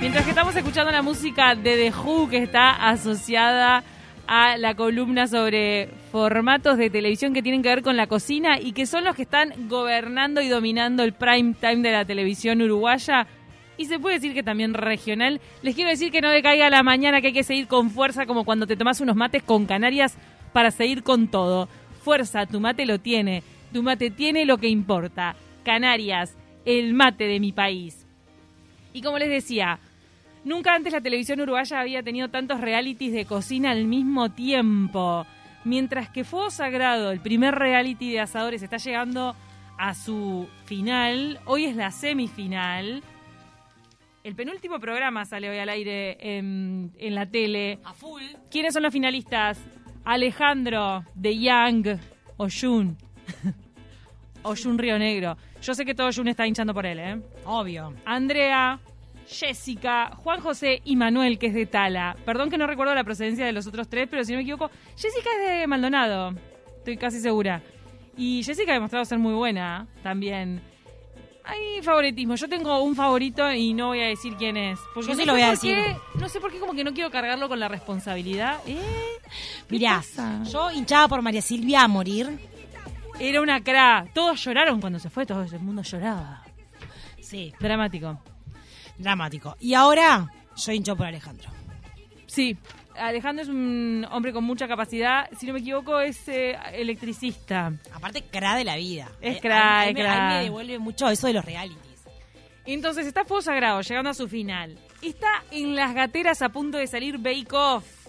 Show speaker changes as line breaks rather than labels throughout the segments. Mientras que estamos escuchando la música de The Who, que está asociada a la columna sobre formatos de televisión que tienen que ver con la cocina y que son los que están gobernando y dominando el prime time de la televisión uruguaya. Y se puede decir que también regional. Les quiero decir que no decaiga la mañana, que hay que seguir con fuerza, como cuando te tomas unos mates con Canarias para seguir con todo. Fuerza, tu mate lo tiene. Tu mate tiene lo que importa. Canarias, el mate de mi país. Y como les decía, Nunca antes la televisión uruguaya había tenido tantos realities de cocina al mismo tiempo. Mientras que Fuego Sagrado, el primer reality de asadores, está llegando a su final. Hoy es la semifinal. El penúltimo programa sale hoy al aire en, en la tele.
A full.
¿Quiénes son los finalistas? Alejandro de Young Oyun. Oyun Río Negro. Yo sé que todo Oyun está hinchando por él, ¿eh?
Obvio.
Andrea, Jessica, Juan José y Manuel, que es de Tala. Perdón que no recuerdo la procedencia de los otros tres, pero si no me equivoco, Jessica es de Maldonado, estoy casi segura. Y Jessica ha demostrado ser muy buena ¿eh? también. Hay favoritismo. Yo tengo un favorito y no voy a decir quién es. porque no
Yo sí
sé
lo voy a
por qué-
decir.
no sé por qué como que no quiero cargarlo con la responsabilidad. ¿Eh? ¿Qué
Mirá,
pasa?
yo hinchaba por María Silvia a morir.
Era una cra. Todos lloraron cuando se fue, todo el mundo lloraba.
Sí,
Dramático.
dramático. Y ahora yo hincho por Alejandro.
Sí, Alejandro es un hombre con mucha capacidad. Si no me equivoco, es eh, electricista.
Aparte, cra de la vida.
Es
Eh,
cra,
a- a mí
es
me-
cra.
A mí me devuelve mucho eso de los realities.
Entonces está Fuego Sagrado llegando a su final. Está en las gateras a punto de salir Bake Off,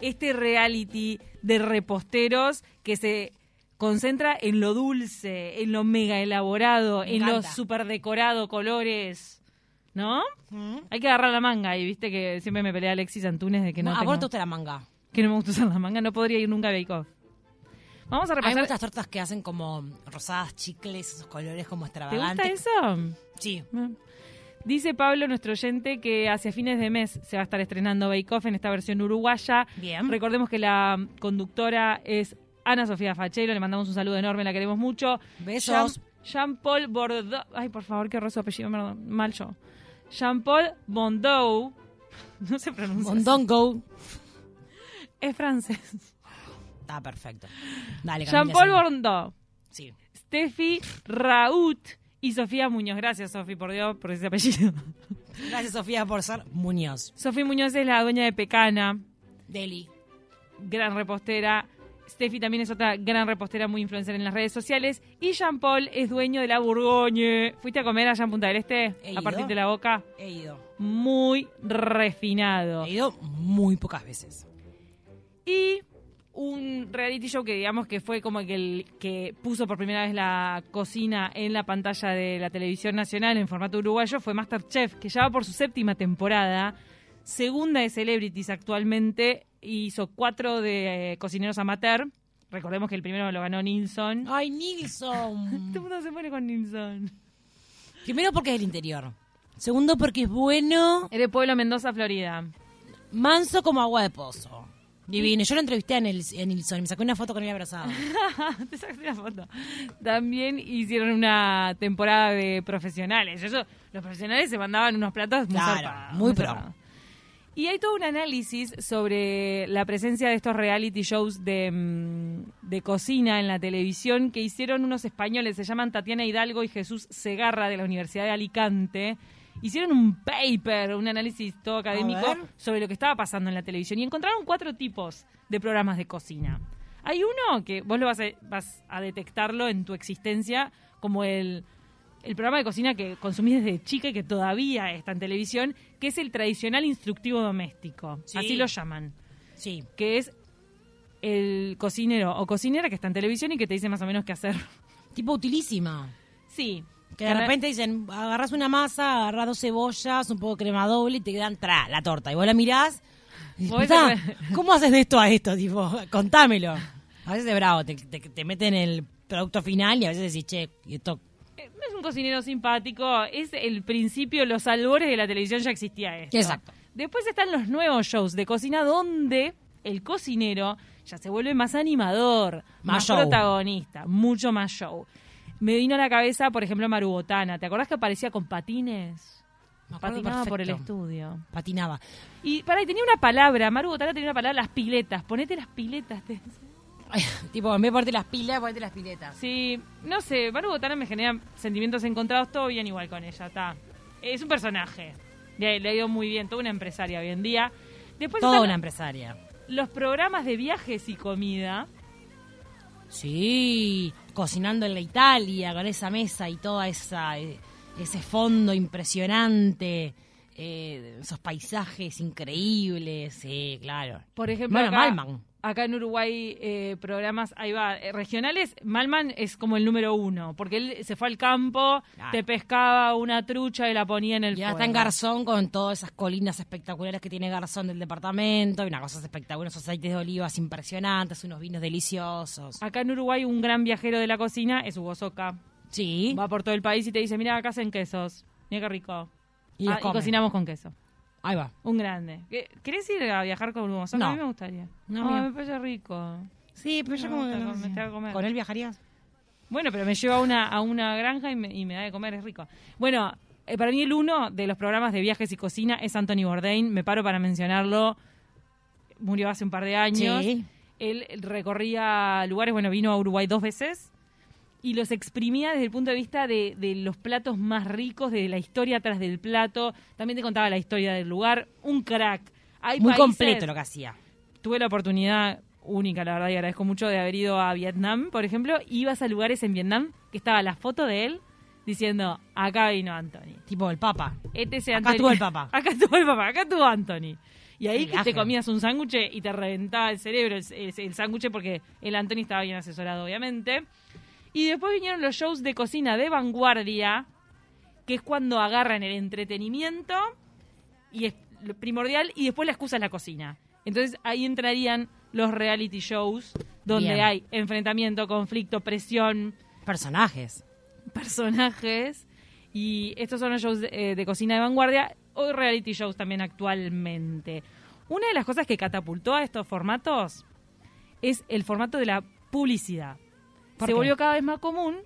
este reality de reposteros que se concentra en lo dulce, en lo mega elaborado,
Me
en lo
encanta.
super decorado, colores. ¿No?
¿Mm?
Hay que agarrar la manga y viste que siempre me pelea Alexis Antunes de que no,
No, a
tengo-
Ah, vos te gusta la manga.
que no me gusta usar la manga, no podría ir nunca a Bake Off. Vamos a
Hay
repasar
muchas tortas que hacen como rosadas, chicles, esos colores como
¿Te gusta
extravagantes.
eso?
Sí.
Bueno. Dice Pablo, nuestro oyente, que hacia fines de mes se va a estar estrenando Bake Off en esta versión uruguaya.
Bien.
Recordemos que la conductora es Ana Sofía Fachero, le mandamos un saludo enorme, la queremos mucho.
Besos.
Jean- Jean-Paul Bordeaux. Ay, por favor, que error su apellido, perdón, mal yo. Jean-Paul Bondeau. No se pronuncia. así.
Mondongo.
Es francés.
Está perfecto. Dale, Camila,
Jean-Paul
sí.
Bordeaux.
Sí.
Steffi Raut y Sofía Muñoz. Gracias, Sofi, por Dios, por ese apellido.
Gracias, Sofía, por ser Muñoz.
Sofía Muñoz es la dueña de Pecana,
Deli.
gran repostera. Steffi también es otra gran repostera muy influencer en las redes sociales. Y Jean-Paul es dueño de la Burgoñe. ¿Fuiste a comer allá en Punta del Este?
He
A
ido.
partir de la boca.
He ido.
Muy refinado.
He ido muy pocas veces.
Y un reality show que digamos que fue como que el que puso por primera vez la cocina en la pantalla de la televisión nacional en formato uruguayo fue Masterchef, que ya va por su séptima temporada, segunda de Celebrities actualmente, hizo cuatro de eh, cocineros amateur. Recordemos que el primero lo ganó Nilsson.
Ay, Nilsson.
Todo el mundo se muere con Nilsson.
Primero porque es del interior. Segundo porque es bueno,
Es de Pueblo Mendoza, Florida.
manso como agua de pozo. Divino. Yo lo entrevisté a Nils- a Nilsson y me sacó una foto con él abrazado.
Te sacaste la foto. También hicieron una temporada de profesionales. Eso, los profesionales se mandaban unos platos muy
Claro,
zarpados,
muy pro.
zarpados. Y hay todo un análisis sobre la presencia de estos reality shows de, mm, de cocina en la televisión que hicieron unos españoles, se llaman Tatiana Hidalgo y Jesús Segarra de la Universidad de Alicante. Hicieron un paper, un análisis todo académico
ver.
sobre lo que estaba pasando en la televisión y encontraron cuatro tipos de programas de cocina. Hay uno que vos lo vas a, vas a detectarlo en tu existencia como el, el programa de cocina que consumís desde chica y que todavía está en televisión, que es el tradicional instructivo doméstico.
Sí.
Así lo llaman.
Sí.
Que es el cocinero o cocinera que está en televisión y que te dice más o menos qué hacer.
Tipo utilísima.
Sí.
Que de repente dicen, agarras una masa, agarras dos cebollas, un poco de crema doble y te quedan tra, la torta. Y vos la mirás. y
Vos
"Puta,
ves-
¿Cómo haces de esto a esto? Tipo, contámelo. A veces es bravo, te, te, te meten el producto final y a veces decís, che, y esto.
Eh, No es un cocinero simpático, es el principio, los albores de la televisión ya existía esto.
Exacto.
Después están los nuevos shows de cocina donde el cocinero ya se vuelve más animador,
Más
más,
show.
protagonista, mucho más show. Me vino a la cabeza, por ejemplo, Maru Botana. ¿Te acordás que aparecía con patines?
Me acuerdo
Patinaba por el
perfecto.
estudio.
Patinaba.
Y para, tenía una palabra, Maru Botana tenía una palabra, las piletas. Ponete las piletas. te-
tipo, en vez de ponerte las pilas, ponerte las piletas.
Sí, no sé, Maru Botana me genera sentimientos encontrados, todo bien igual con ella, está. Es un personaje. Le, le ha ido muy bien, toda una empresaria hoy en día. Después
Toda
están
una em- empresaria.
los programas de viajes y comida.
Sí, cocinando en la Italia, con esa mesa y toda esa eh, ese fondo impresionante, eh, esos paisajes increíbles, sí, claro.
Por ejemplo,
Bueno,
acá,
Malman.
acá en Uruguay, eh, programas, ahí va, eh, regionales, Malman es como el número uno, porque él se fue al campo,
Claro.
te pescaba una trucha y la ponía en el
Y ahora
fuego.
está en Garzón con todas esas colinas espectaculares que tiene Garzón del departamento, y una cosa espectacular, unos aceites de olivas impresionantes, unos vinos deliciosos.
Acá en Uruguay, un gran viajero de la cocina es Hugo Soca.
Sí,
Va por todo el país y te dice, mira, acá hacen quesos. Mira qué rico.
Y los
Ah,
come.
cocinamos con queso.
ahí va.
Un grande. ¿Qué- ¿Querés ir a viajar con Hugo Soca?
No.
A mí me gustaría.
No,
Ay,
mira.
me parece rico.
Sí, pero
Me
ya como
gusta
que no
comer,
sé.
me gusta comer.
con él viajarías.
Bueno, pero me lleva a una, a una granja y me, y me da de comer, es rico. Bueno, eh, para mí el uno de los programas de viajes y cocina es Anthony Bourdain. Me paro para mencionarlo. Murió hace un par de años.
Sí.
Él recorría lugares, bueno, vino a Uruguay dos veces y los exprimía desde el punto de vista de, de los platos más ricos, de la historia atrás del plato. También te contaba la historia del lugar. Un crack. Hay
Muy
países-
completo lo que hacía.
tuve la oportunidad única, la verdad, y agradezco mucho de haber ido a Vietnam, por ejemplo, ibas a lugares en Vietnam que estaba la foto de él diciendo, acá vino Anthony.
Tipo el Papa.
Este es
Acá
Anthony.
estuvo el papá.
Acá estuvo el papá, acá estuvo Anthony. Y ahí
Viaje.
te comías un sándwich y te reventaba el cerebro el, el- el sándwich porque el Anthony estaba bien asesorado, obviamente. Y después vinieron los shows de cocina de vanguardia, que es cuando agarran el entretenimiento y es lo primordial y después la excusa es la cocina. Entonces ahí entrarían los reality shows donde
Bien.
hay enfrentamiento, conflicto, presión,
Personajes.
personajes. Y estos son los shows de, eh, de cocina de vanguardia o reality shows también actualmente. Una de las cosas que catapultó a estos formatos es el formato de la publicidad. Se
¿Por qué?
volvió cada vez más común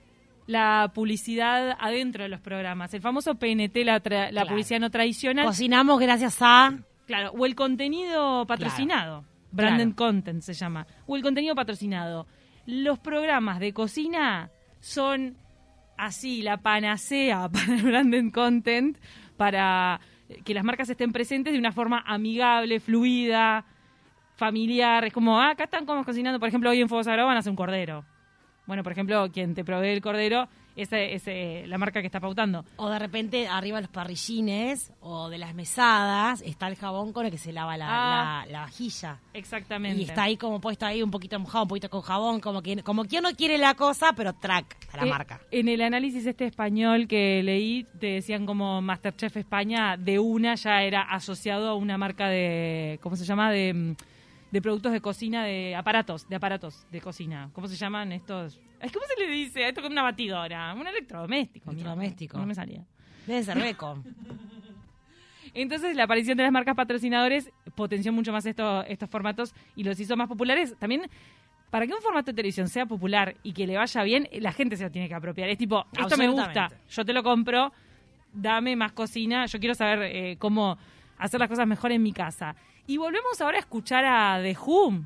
la publicidad adentro de los programas. El famoso PNT, la, tra- la
Claro.
publicidad no tradicional.
Cocinamos gracias a
Claro, o el contenido patrocinado. Branded content se llama. O el contenido patrocinado. Los programas de cocina son así, la panacea para el branded content, para que las marcas estén presentes de una forma amigable, fluida, familiar. Es como, ah, acá están como cocinando, por ejemplo, hoy en Fuego Sagrado van a hacer un cordero. Bueno, por ejemplo, quien te provee el cordero es, es eh, la marca que está pautando.
O de repente arriba de los parrillines o de las mesadas está el jabón con el que se lava la,
Ah.
la- la vajilla.
Exactamente.
Y está ahí como puesto ahí un poquito mojado, un poquito con jabón, como que como quien no quiere la cosa, pero track a la
Eh,
marca.
En el análisis este español que leí, te decían como Masterchef España, de una ya era asociado a una marca de, ¿cómo se llama? De, mm, de productos de cocina, de aparatos, de aparatos de cocina. ¿Cómo se llaman estos? Ay, ¿Cómo se le dice a esto con una batidora? Un electrodoméstico. mira.
Electrodoméstico.
No me salía.
Debe ser beco.
Entonces la aparición de las marcas patrocinadores potenció mucho más esto- estos formatos y los hizo más populares. También, para que un formato de televisión sea popular y que le vaya bien, la gente se lo tiene que apropiar. Es tipo, esto me gusta,
Absolutamente.
yo te lo compro, dame más cocina, yo quiero saber eh, cómo hacer las cosas mejor en mi casa. Y volvemos ahora a escuchar a The Who,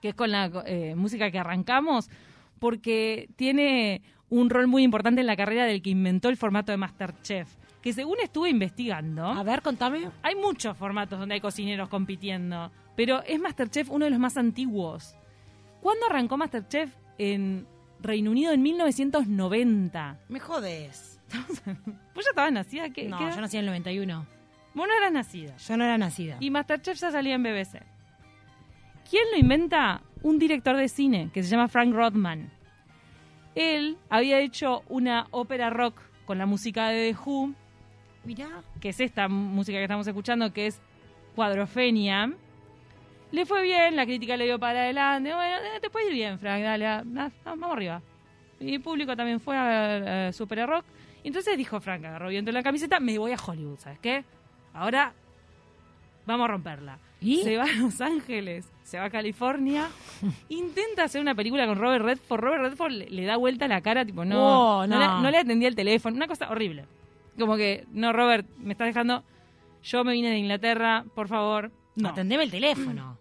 que es con la eh, música que arrancamos, porque tiene un rol muy importante en la carrera del que inventó el formato de Masterchef, que según estuve investigando...
A ver, contame.
Hay muchos formatos donde hay cocineros compitiendo, pero es Masterchef uno de los más antiguos. ¿Cuándo arrancó Masterchef en Reino Unido? En 1990.
Me jodes.
¿Vos ya estabas nacida? ¿Qué,
No,
qué edad?
yo nací en el 91.
Vos no eras nacida.
Yo no era nacida.
Y Masterchef ya salía en BBC. ¿Quién lo inventa? Un director de cine que se llama Frank Rodman. Él había hecho una ópera rock con la música de The Who,
Mirá.
que es esta música que estamos escuchando, que es Cuadrofenia. Le fue bien, la crítica le dio para adelante. Bueno, eh, te puede ir bien, Frank, dale, ah, ah, vamos arriba. Y el público también fue a ver, eh, Super Rock. Y entonces dijo Frank, agarró viento en la camiseta, me voy a Hollywood, ¿sabes qué? Ahora vamos a romperla.
¿Y?
Se va a Los Ángeles, se va a California, intenta hacer una película con Robert Redford. Robert Redford le, le da vuelta la cara, tipo, no,
Oh,
no
no.
le- no le atendía el teléfono, una cosa horrible. como que, no, Robert, me estás dejando, yo me vine de Inglaterra, por favor. No.
Atendeme el teléfono.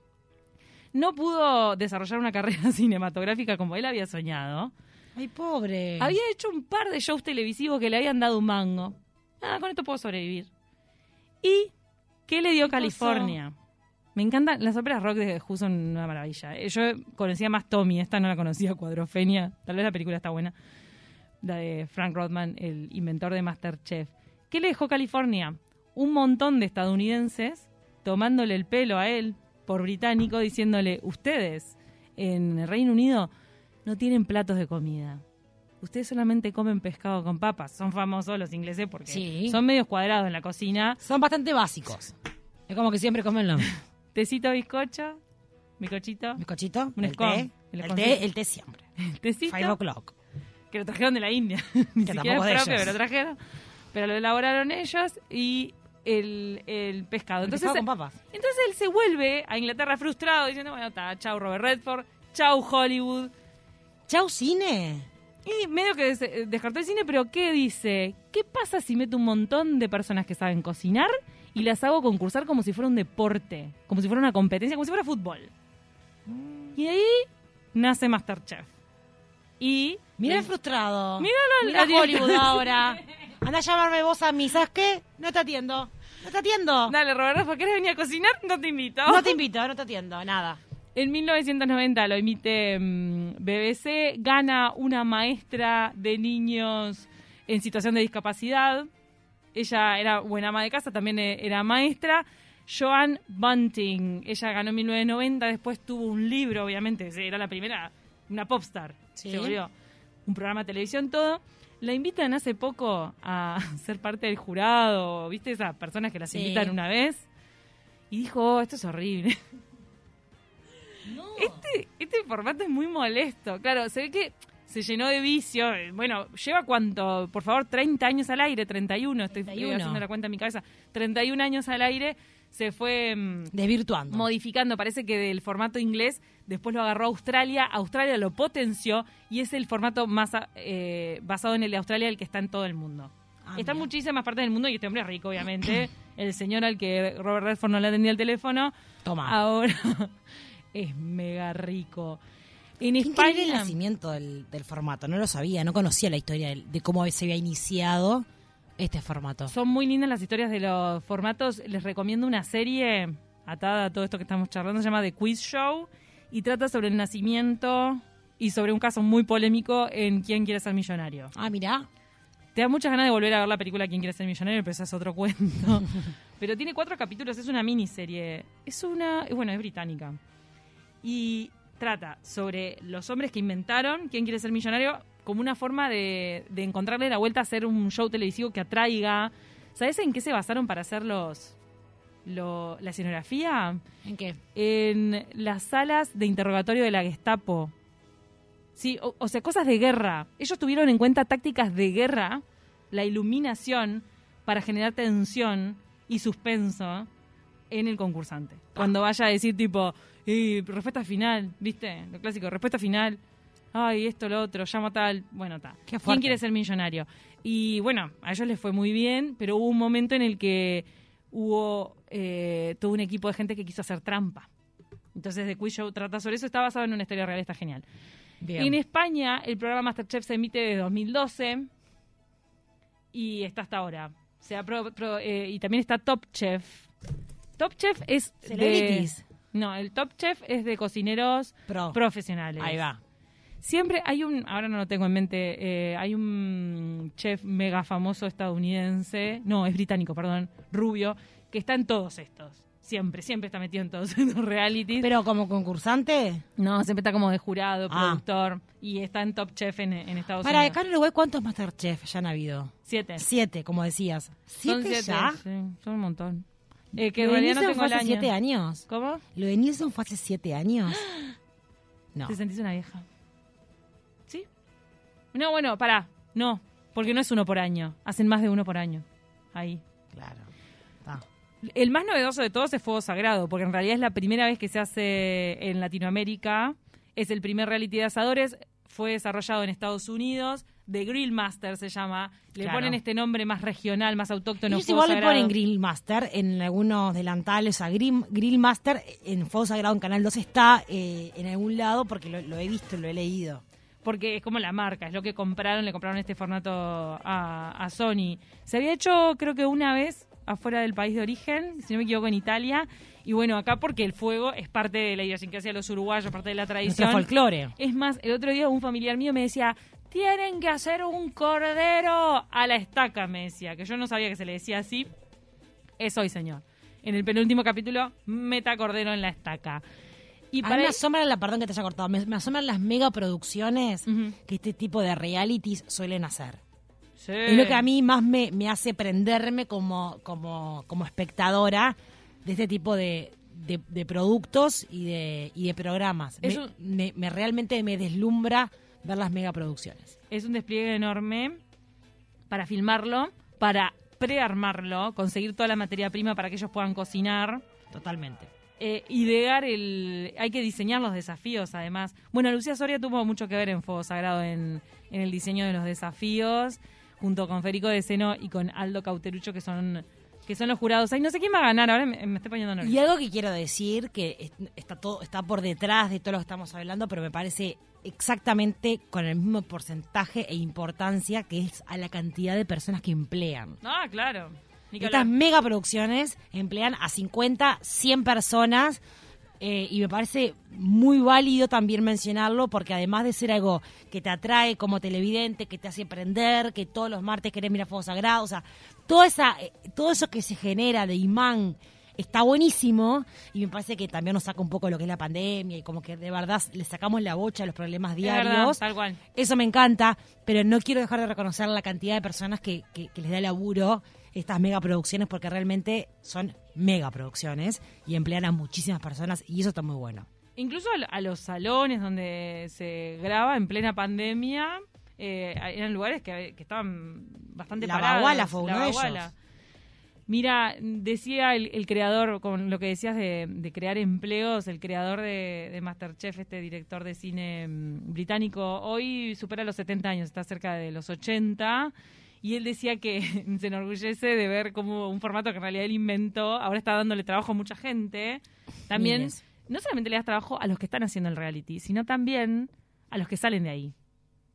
No pudo desarrollar una carrera cinematográfica como él había soñado.
Ay, pobre.
Había hecho un par de shows televisivos que le habían dado un mango. Ah, con esto puedo sobrevivir. ¿Y qué le dio
¿Qué
California? Me encantan las óperas rock de Who son una maravilla. Eh, Yo conocía más Tommy, esta no la conocía, Cuadrofenia. Tal vez la película está buena. La de Frank Rodman, el inventor de Masterchef. ¿Qué le dejó California? Un montón de estadounidenses tomándole el pelo a él por británico, diciéndole, ustedes en el Reino Unido no tienen platos de comida. Ustedes solamente comen pescado con papas. Son famosos los ingleses porque
Sí.
son medios cuadrados en la cocina.
Son bastante básicos. Es como que siempre comen lo mismo.
Tecito bizcocho, bizcochito,
¿Bizcochito?
Un
¿El
scone.
té?
El
El,
scone.
té, el té siempre. Five
tecito,
o'clock.
que lo trajeron de la India. Ni
Que
siquiera es
tampoco de
propio, pero
ellos.
lo trajeron. Pero lo elaboraron ellos y el, el pescado. Entonces,
Entonces, eh, con papas.
entonces él se vuelve a Inglaterra frustrado diciendo, bueno, ta, chau Robert Redford, chau Hollywood.
Chau cine.
Y medio que des- eh, descartó el cine, pero ¿qué dice? ¿Qué pasa si meto un montón de personas que saben cocinar y las hago concursar como si fuera un deporte, como si fuera una competencia, como si fuera fútbol?
Mm.
Y de ahí nace Masterchef. Y
Mirá el frustrado.
Míralo,
Eh, Mirá
la
Hollywood
directora.
ahora. Anda a llamarme vos a mí. ¿Sabes qué? No te atiendo. No te atiendo.
dale, Roberto, ¿por qué eres venir a cocinar? No te invito.
No te invito, no te atiendo. Nada.
En 1990 lo emite mm, BBC, gana una maestra de niños en situación de discapacidad. Ella era buena ama de casa, también eh, era maestra. Joan Bunting, ella ganó en 1990, después tuvo un libro, obviamente, era la primera, una popstar.
Sí.
Se volvió un programa de televisión, todo. La invitan hace poco a ser parte del jurado, ¿viste? Esas personas que las
Sí.
invitan una vez. Y dijo, "Oh, esto es horrible. Este, este formato es muy molesto. Claro, se ve que se llenó de vicio. Eh, Bueno, lleva cuánto, por favor, 30 años al aire, 31, estoy
31.
haciendo la cuenta en mi cabeza. 31 años al aire se fue mm,
Desvirtuando.
modificando. Parece que del formato inglés después lo agarró Australia. Australia lo potenció y es el formato más a- eh, basado en el de Australia, el que está en todo el mundo.
Ah,
Está en
mirá.
muchísimas partes del mundo y este hombre es rico, obviamente. El señor al que Robert Redford no le atendía el teléfono,
Toma.
Ahora es mega rico. En
Qué increíble el
España,
nacimiento del, del formato. No lo sabía, no conocía la historia del- de cómo se había iniciado este formato.
son muy lindas las historias de los formatos. Les recomiendo una serie atada a todo esto que estamos charlando, se llama The Quiz Show y trata sobre el nacimiento y sobre un caso muy polémico en Quién quiere ser millonario.
Ah, mirá.
Te da muchas ganas de volver a ver la película Quién quiere ser millonario, pero ese es otro cuento. pero tiene cuatro capítulos, es una miniserie. Es una, bueno, es británica. Y trata sobre los hombres que inventaron Quién quiere ser millonario como una forma de, de encontrarle la vuelta a hacer un show televisivo que atraiga. ¿Sabes en qué se basaron para hacer los, lo- la escenografía?
¿En qué?
en las salas de interrogatorio de la Gestapo. Sí, o, o sea, cosas de guerra. Ellos tuvieron en cuenta tácticas de guerra, la iluminación, para generar tensión y suspenso en el concursante.
Ah.
Cuando vaya a decir tipo, "Eh, respuesta final, ¿viste? Lo clásico, respuesta final. Ay, esto, lo otro, llamo a tal. Bueno, tal.
Qué
¿Quién
fuerte.
quiere ser millonario? Y bueno, a ellos les fue muy bien, pero hubo un momento en el que hubo eh, todo un equipo de gente que quiso hacer trampa. Entonces, The Quiz Show trata sobre eso. Está basado en una historia real, está genial. En España, el programa Masterchef se emite desde 2012 y está hasta ahora. O sea, pro- pro- eh, y también está Top Chef. Top Chef es de-
Celebrities.
no, el Top Chef es de cocineros
Pro.
profesionales.
Ahí va.
Siempre hay un, ahora no lo tengo en mente, eh, hay un chef mega famoso estadounidense, no, es británico, perdón, rubio, que está en todos estos. Siempre, siempre está metido en todos estos realities.
Pero como concursante.
no, siempre está como de jurado,
Ah.
productor, y está en Top Chef en, en Estados
Para
Unidos.
acá en Uruguay, ¿cuántos Masterchef ya han habido?
Siete.
Siete, como decías.
Eh. Son
¿Siete ya?
sí, son un montón. Eh, que en
¿Lo de
realidad no
Nilsson
tengo
fue
el
hace
año.
siete años?
¿Cómo?
¿Lo de Nilsson fue hace siete años? No.
Te sentís una vieja. ¿Sí? No, bueno, pará. No, porque no es uno por año. Hacen más de uno por año. Ahí.
Claro. Está.
El más novedoso de todos es Fuego Sagrado, porque en realidad es la primera vez que se hace en Latinoamérica. Es el primer reality de asadores. Fue desarrollado en Estados Unidos. The Grill Master se llama. Le
Claro.
ponen este nombre más regional, más autóctono.
Ellos
fuego
igual le
sagrado.
ponen Grill Master en algunos delantales a Grill, Grill Master en Fuego Sagrado en Canal 2 está eh, en algún lado porque lo, lo he visto, lo he leído.
porque es como la marca, es lo que compraron, le compraron este formato a, a Sony. Se había hecho, creo que una vez, afuera del país de origen, si no me equivoco, en Italia. Y bueno, acá porque el fuego es parte de la idiosincrasia de los uruguayos, parte de la
Nuestro
tradición.
folclore.
Es más, el otro día un familiar mío me decía, tienen que hacer un cordero a la estaca, me decía, que yo no sabía que se le decía así. Es hoy, señor. En el penúltimo capítulo, meta cordero en la estaca. Y e-,
Y para me asombran, la, perdón que te haya cortado, me, me asombran las megaproducciones
Ujú.
que este tipo de realities suelen hacer.
Sí.
Es lo que a mí más me, me hace prenderme como, como, como espectadora de este tipo de, de- de productos y de, y de programas.
Es
me,
un-
me- me- realmente me deslumbra ver las megaproducciones.
es un despliegue enorme para filmarlo, para prearmarlo, conseguir toda la materia prima para que ellos puedan cocinar,
Totalmente.
eh, idear el... Hay que diseñar los desafíos, además. Bueno, Lucía Soria tuvo mucho que ver en Fuego Sagrado, en, en el diseño de los desafíos, junto con Federico de Seno y con Aldo Cauterucho, que son, que son los jurados. Ay, no sé quién va a ganar, ahora me, me estoy poniendo
Y
nerviosa.
algo que quiero decir, que es- está, todo, está por detrás de todo lo que estamos hablando, pero me parece exactamente con el mismo porcentaje e importancia que es a la cantidad de personas que emplean.
Ah, claro. Ni que
Estas
hablar.
megaproducciones emplean a 50, 100 personas eh, y me parece muy válido también mencionarlo porque además de ser algo que te atrae como televidente, que te hace aprender, que todos los martes querés mirar Fuego Sagrado, o sea, toda esa, eh, todo eso que se genera de imán está buenísimo y me parece que también nos saca un poco lo que es la pandemia y como que de verdad le sacamos la bocha a los problemas
Es verdad,
diarios.
tal cual.
Eso me encanta, pero no quiero dejar de reconocer la cantidad de personas que, que- que les da laburo estas megaproducciones porque realmente son megaproducciones y emplean a muchísimas personas y eso está muy bueno.
Incluso a lo- a los salones donde se graba en plena pandemia, eh, eran lugares que, que estaban bastante
La
parados.
Baguala fue uno de
Baguala.
ellos.
Mira, decía el, el creador, con lo que decías de, de crear empleos, el creador de, de Masterchef, este director de cine mm, británico, hoy supera los 70 años, está cerca de los 80. Y él decía que se enorgullece de ver cómo un formato que en realidad él inventó ahora está dándole trabajo a mucha gente. También
Miles.
no solamente le das trabajo a los que están haciendo el reality, sino también a los que salen de ahí.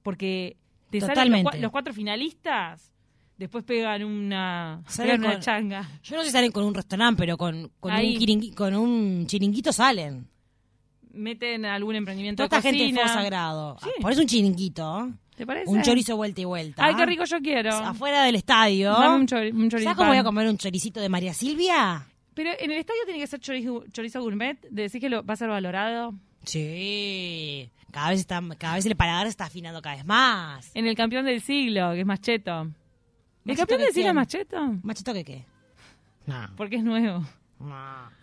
Porque te salen
Totalmente.
los, cua- los cuatro finalistas, después pegan una,
Salen
pegan una
con-
changa.
Yo no sé si salen con un restaurante, pero con, con, un,
Ahí.
quiringui- con un chiringuito salen.
Meten algún emprendimiento
Toda esta
de
gente de
cocina.
Fuego Sagrado. Ah,
Sí.
Por eso un chiringuito,
¿Te parece?
un chorizo vuelta y vuelta.
Ay, qué rico yo quiero.
Afuera del estadio.
Dame un, chori- un
¿Sabes
choripán.
cómo voy a comer un choricito de María Silvia?
Pero en el estadio tiene que ser chorizo, chorizo gourmet, de decir que lo, va a ser valorado.
Sí. Cada vez, está, cada vez el paladar se está afinando cada vez más.
En el campeón del siglo, que es Macheto. ¿El
¿Macheto
campeón
de
del siglo es
quién?
Macheto?
¿Machito que qué? No.
Porque es nuevo.
no.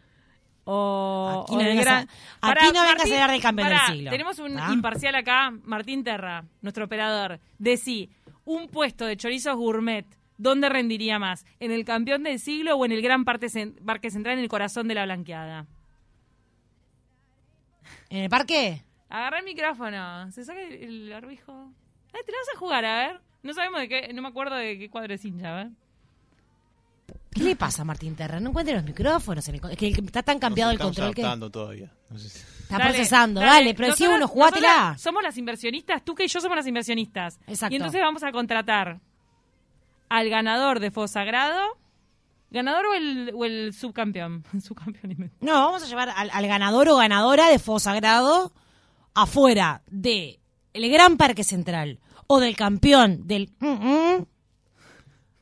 o,
Aquí
o
no
el
vengas a-
gran-
aquí
Pará,
no vengas a hablar del campeón del
pará,
siglo.
Tenemos un
¿Ah?
imparcial acá, Martín Terra, nuestro operador. Decí, un puesto de chorizos gourmet, ¿dónde rendiría más? ¿En el campeón del siglo o en el gran parte cen- parque central en el corazón de la blanqueada?
¿En el parque?
Agarra el micrófono, se saca el, el barbijo. Ay, te la vas a jugar, a ver. No sabemos de qué, no me acuerdo de qué cuadro es hincha, ¿eh? a ver.
¿Qué le pasa a Martín Terra? No encuentra los micrófonos. en el con- Es que el- está tan cambiado
Nos
el
estamos
control que
adaptando todavía. No sé si-
está
Dale,
procesando. Dale, pero si
Nosotras-
uno, jugátela.
nosotras Somos las inversionistas, tú que yo somos las inversionistas.
Exacto.
Y entonces vamos a contratar al ganador de Fuego Sagrado, ganador o el, o el subcampeón. subcampeón inventé.
No, vamos a llevar al, al ganador o ganadora de Fuego Sagrado afuera de el Gran Parque Central o del campeón del mm, mm,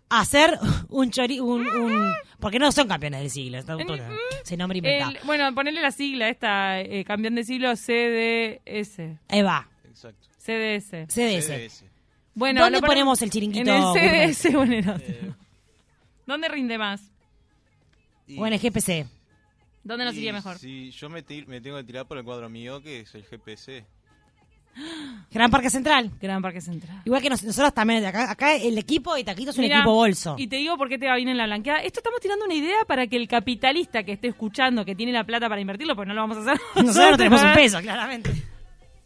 a hacer un chori un, un- porque no son campeones del siglo está-
El, mm,
se nombra inventado
El- bueno, ponerle la sigla esta, eh, campeón de siglo CDS.
ahí va
Exacto.
CDS.
CDS
CDS.
Bueno,
¿Dónde
lo pone-
ponemos el chiringuito,
En el
gourmet?
CDS o en el otro. ¿Dónde rinde más?
Y-
o en el GPC
¿Dónde nos
y
iría mejor?
Si yo me, ti- me tengo que tirar por el cuadro mío, que es el GPC.
Gran Parque Central
Gran Parque Central.
Igual que nos- nosotros también, acá, acá el equipo de Taquito es un
Mirá,
equipo bolso.
Y te digo por qué te va bien en la blanqueada. Esto estamos tirando una idea para que el capitalista que esté escuchando, que tiene la plata para invertirlo, pues no lo vamos a hacer.
Nosotros no tenemos un peso, claramente.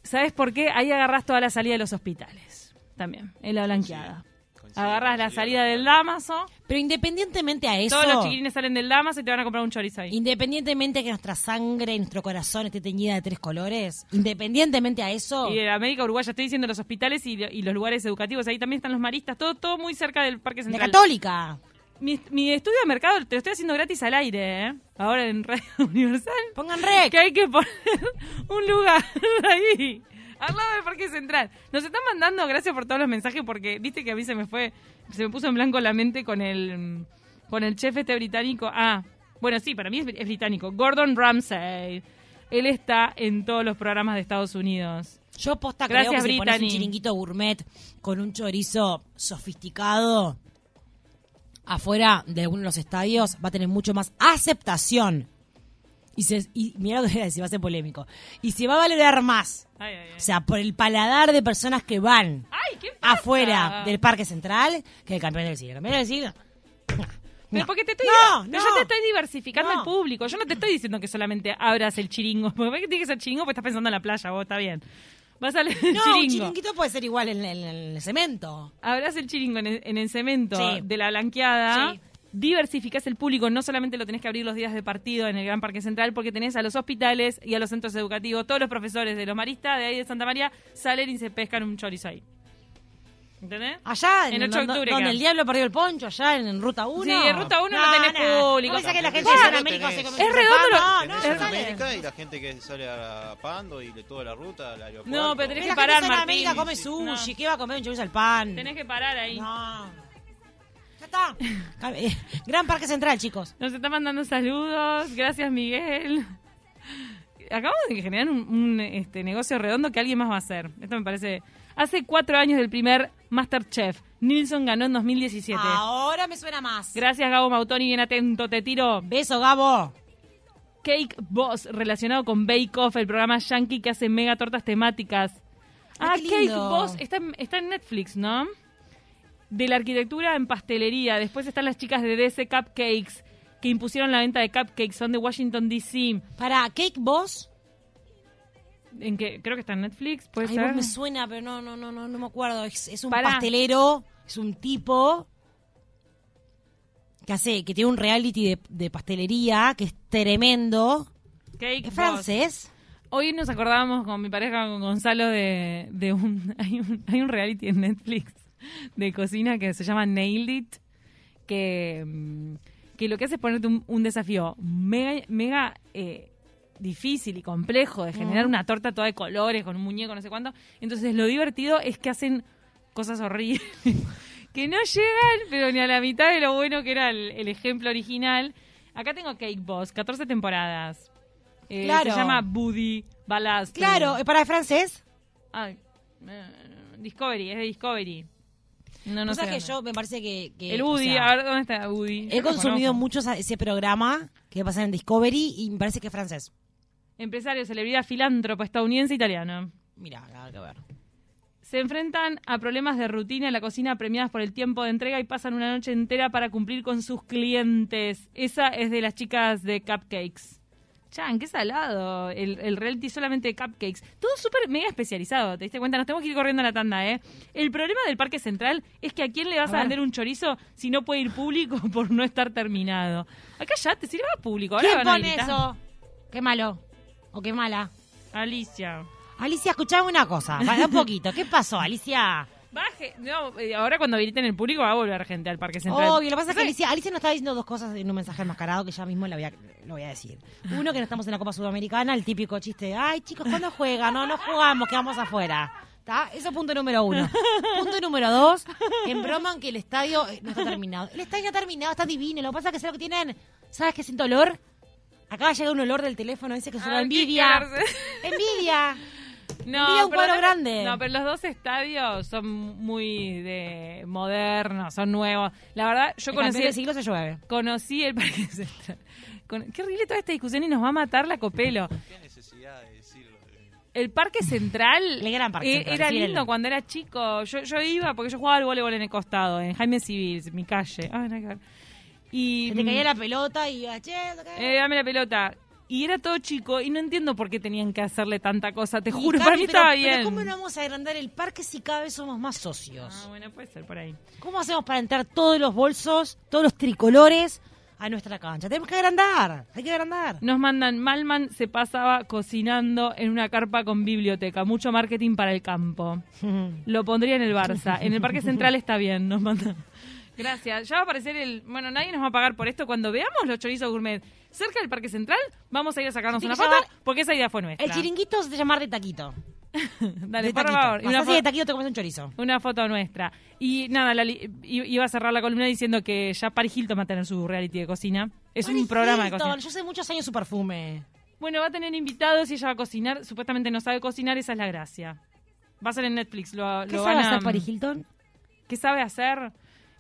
¿Sabes por qué? Ahí agarras toda la salida de los hospitales. También, es la blanqueada.
Coincido,
Agarras la
coincido.
salida del Damaso.
Pero independientemente a eso,
Todos los chiquilines salen del Damaso y te van a comprar un chorizo ahí.
independientemente a que nuestra sangre, nuestro corazón esté teñida de tres colores, independientemente a eso,
Y de la América Uruguaya, estoy diciendo los hospitales y, y los lugares educativos. Ahí también están los maristas, todo, todo muy cerca del Parque
la
Central.
católica.
Mi, mi estudio de mercado te lo estoy haciendo gratis al aire, ¿eh? Ahora en Radio Universal.
Pongan rec.
Que hay que poner un lugar ahí. Al lado del Parque Central. Nos están mandando, gracias por todos los mensajes, porque viste que a mí se me fue, se me puso en blanco la mente con el, mm, con el chef este británico. Ah, bueno, sí, para mí es, br- es británico. Gordon Ramsay. Él está en todos los programas de Estados Unidos.
Yo posta creo
Gracias,
que si pones un
Brittany.
chiringuito gourmet con un chorizo sofisticado afuera de uno de los estadios va a tener mucho más aceptación. Y, se, y mira lo que voy a decir, va a ser polémico. Y se va a valorar más.
Ay, ay, ay.
O sea, por el paladar de personas que van
Ay, ¿qué pasa? Ah.
afuera del Parque Central que el campeón del siglo. El campeón del siglo.
Pero
no.
porque te estoy,
No,
pero
no.
yo te estoy diversificando
No.
el público. Yo no te estoy diciendo que solamente abras el chiringo. Porque ves que tiene que ser chiringo porque estás pensando en la playa, vos, está bien. Vas al
No, un
chiringo.
chiringuito puede ser igual en, en- en el cemento.
Abras el chiringo en el, en el cemento
Sí.
de la blanqueada.
Sí.
Diversificás el público, no solamente lo tenés que abrir los días de partido en el Gran Parque Central, porque tenés a los hospitales y a los centros educativos, todos los profesores de los maristas de ahí de Santa María salen y se pescan un chorizo ahí. ¿Entendés?
Allá, en,
En 8 de
donde,
octubre,
donde
queda.
el diablo perdió el poncho, allá en, en Ruta 1.
Sí, en Ruta 1 no tenés público.
No me saques la gente
Tampoco
de
tenés.
Sudamérica, se come
Es
un
redondo
choripán,
lo- tenés
No, no,
es
en
sale.
América y la gente que sale a Pando y de toda la ruta, al aeropuerto.
No, pero
Pero
tenés
la
que parar,
gente de Sudamérica
Martín.
come sushi. ¿Qué va a comer un chorizo al pan?
Tenés que parar ahí.
No. Ya está. Eh, Gran Parque Central, chicos.
Nos está mandando saludos. Gracias, Miguel. Acabamos de generar un, un, este, negocio redondo que alguien más va a hacer. Esto me parece. Hace cuatro años del primer Masterchef. Nilsson ganó en 2017.
Ahora me suena más.
Gracias, Gabo Mautoni. Bien atento, te tiro.
Beso, Gabo.
Cake Boss, relacionado con Bake Off, el programa yankee que hace mega tortas temáticas. Ah,
Ah, qué
Cake
lindo.
Boss está, en- está en Netflix, ¿no? De la arquitectura en pastelería. Después están las chicas de DC Cupcakes que impusieron la venta de cupcakes. Son de Washington, D.C.
Para Cake Boss.
En que creo que está en Netflix, puede
Ay,
ser.
vos me suena, pero no, no, no, no, no me acuerdo. Es, es un
Pará.
pastelero, es un tipo que hace, que tiene un reality de, de pastelería que es tremendo.
Cake
¿Es
Boss.
francés?
Hoy nos acordábamos con mi pareja, con Gonzalo, de, de un, hay un hay un reality en Netflix de cocina que se llama Nailed It, que, mm, que lo que hace es ponerte un, un desafío mega, mega eh, difícil y complejo de generar una torta toda de colores, con un muñeco, no sé cuánto. Entonces lo divertido es que hacen cosas horribles, que no llegan, pero ni a la mitad de lo bueno que era el, el ejemplo original. Acá tengo Cake Boss, 14 temporadas. Eh,
Claro.
Se llama Buddy Ballast.
Claro, eh, ¿es para francés?
Ay, eh, Discovery, es de Discovery. No, no
o sea
sé.
que
dónde.
yo me parece que. que,
el
o
Woody,
sea,
a ver dónde está Woody. Yo
He
lo
consumido
conozco.
mucho esa- ese programa que pasa en Discovery y me parece que es francés.
Empresario, celebridad, filántropo, estadounidense, italiano.
Mira, nada que ver.
Se enfrentan a problemas de rutina en la cocina premiadas por el tiempo de entrega y pasan una noche entera para cumplir con sus clientes. Esa es de las chicas de Cupcakes. Chan, qué salado. El, el reality solamente de Cupcakes. Todo súper mega especializado, ¿te diste cuenta? Nos tenemos que ir corriendo a la tanda, ¿eh? El problema del Parque Central es que a quién le vas
A
a,
ver.
vender un chorizo si no puede ir público por no estar terminado. Acá ya te sirve a público. Ahora
¿Quién
van a
pone
habilitar-
eso? Qué malo. O qué mala.
Alicia.
Alicia, escuchame una cosa. Para un poquito. ¿Qué pasó, Alicia?
Baje. No, eh, ahora cuando habiliten el público va a volver gente al Parque Central.
Obvio, lo que pasa es que Alicia, Alicia nos estaba diciendo dos cosas en un mensaje enmascarado que ya mismo la voy a- lo voy a decir.
Ah.
Uno, que no estamos en la Copa Sudamericana, el típico chiste de, ay chicos, ¿cuándo juega? No, no jugamos, quedamos afuera. ¿Está? Eso es punto número uno. Punto número dos, en broma que el estadio eh, no está terminado. El estadio está terminado, está divino. Lo que pasa es que ¿sabes lo que tienen? ¿Sabes qué siento olor? Acá llega un olor del teléfono, dice que es
Ah,
una
hay que
envidia.
quedarse.
Envidia.
No,
Mira
pero
un cuadro
no-
grande.
No, pero los dos estadios son muy de modernos, son nuevos. La verdad, yo
Yo conocí
conocí
el
el,
siglo se llueve.
conocí el Parque Central. Con- qué horrible toda esta discusión y nos va a matar la copelo.
Qué necesidad de decirlo. eh.
El Parque Central,
El gran Parque
eh,
Central,
era
sí,
lindo
el-
cuando era chico. Yo, yo iba porque yo jugaba al voleibol en el costado, en Jaime Civil, mi calle. Ay, nada que ver. Y mm.
Se te caía la pelota y, ah, che,
eh, dame la pelota. Y era todo chico y no entiendo por qué tenían que hacerle tanta cosa. Te
Y
juro,
Cami,
para mí
pero-
estaba
pero
bien.
¿Cómo no vamos a agrandar el parque si cada vez somos más socios?
Ah, bueno, puede ser por ahí.
¿Cómo hacemos para entrar todos los bolsos, todos los tricolores a nuestra cancha? Tenemos que agrandar, hay que agrandar.
Nos mandan, Malman se pasaba cocinando en una carpa con biblioteca. Mucho marketing para el campo. Lo pondría en el Barça. En el Parque Central está bien, nos manda. Gracias. Ya va a aparecer el... Bueno, nadie nos va a pagar por esto. Cuando veamos los chorizos gourmet cerca del Parque Central, vamos a ir a sacarnos
Tiene
una
que
foto
llamar-
porque esa idea fue nuestra.
El chiringuito se debe llamar de taquito.
Dale,
de
por
taquito.
favor. Y
Pasás
una
y
fo-
de taquito te comes un chorizo.
Una foto nuestra. Y nada, la li- i- iba a cerrar la columna diciendo que ya Paris Hilton va a tener su reality de cocina. Es
Paris
un programa de
Hilton,
cocina.
Yo sé muchos años su perfume.
Bueno, va a tener invitados y ella va a cocinar. Supuestamente no sabe cocinar, esa es la gracia. Va a ser en Netflix. Lo,
¿Qué
lo
sabe
van a- mm.
hacer Paris Hilton?
¿Qué sabe hacer?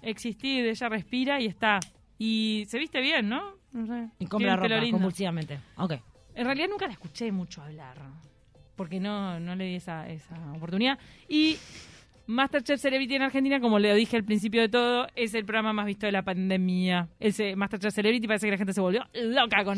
Existir, ella respira y está. Y se viste bien, ¿no? No sé.
Y
Tiene
compra
un pelo
ropa
lindo.
convulsivamente. Ok.
En realidad nunca la escuché mucho hablar, porque no, no le di esa, esa oportunidad. Y Masterchef Celebrity en Argentina, como le dije al principio de todo, es el programa más visto de la pandemia. Ese Masterchef Celebrity parece que la gente se volvió loca con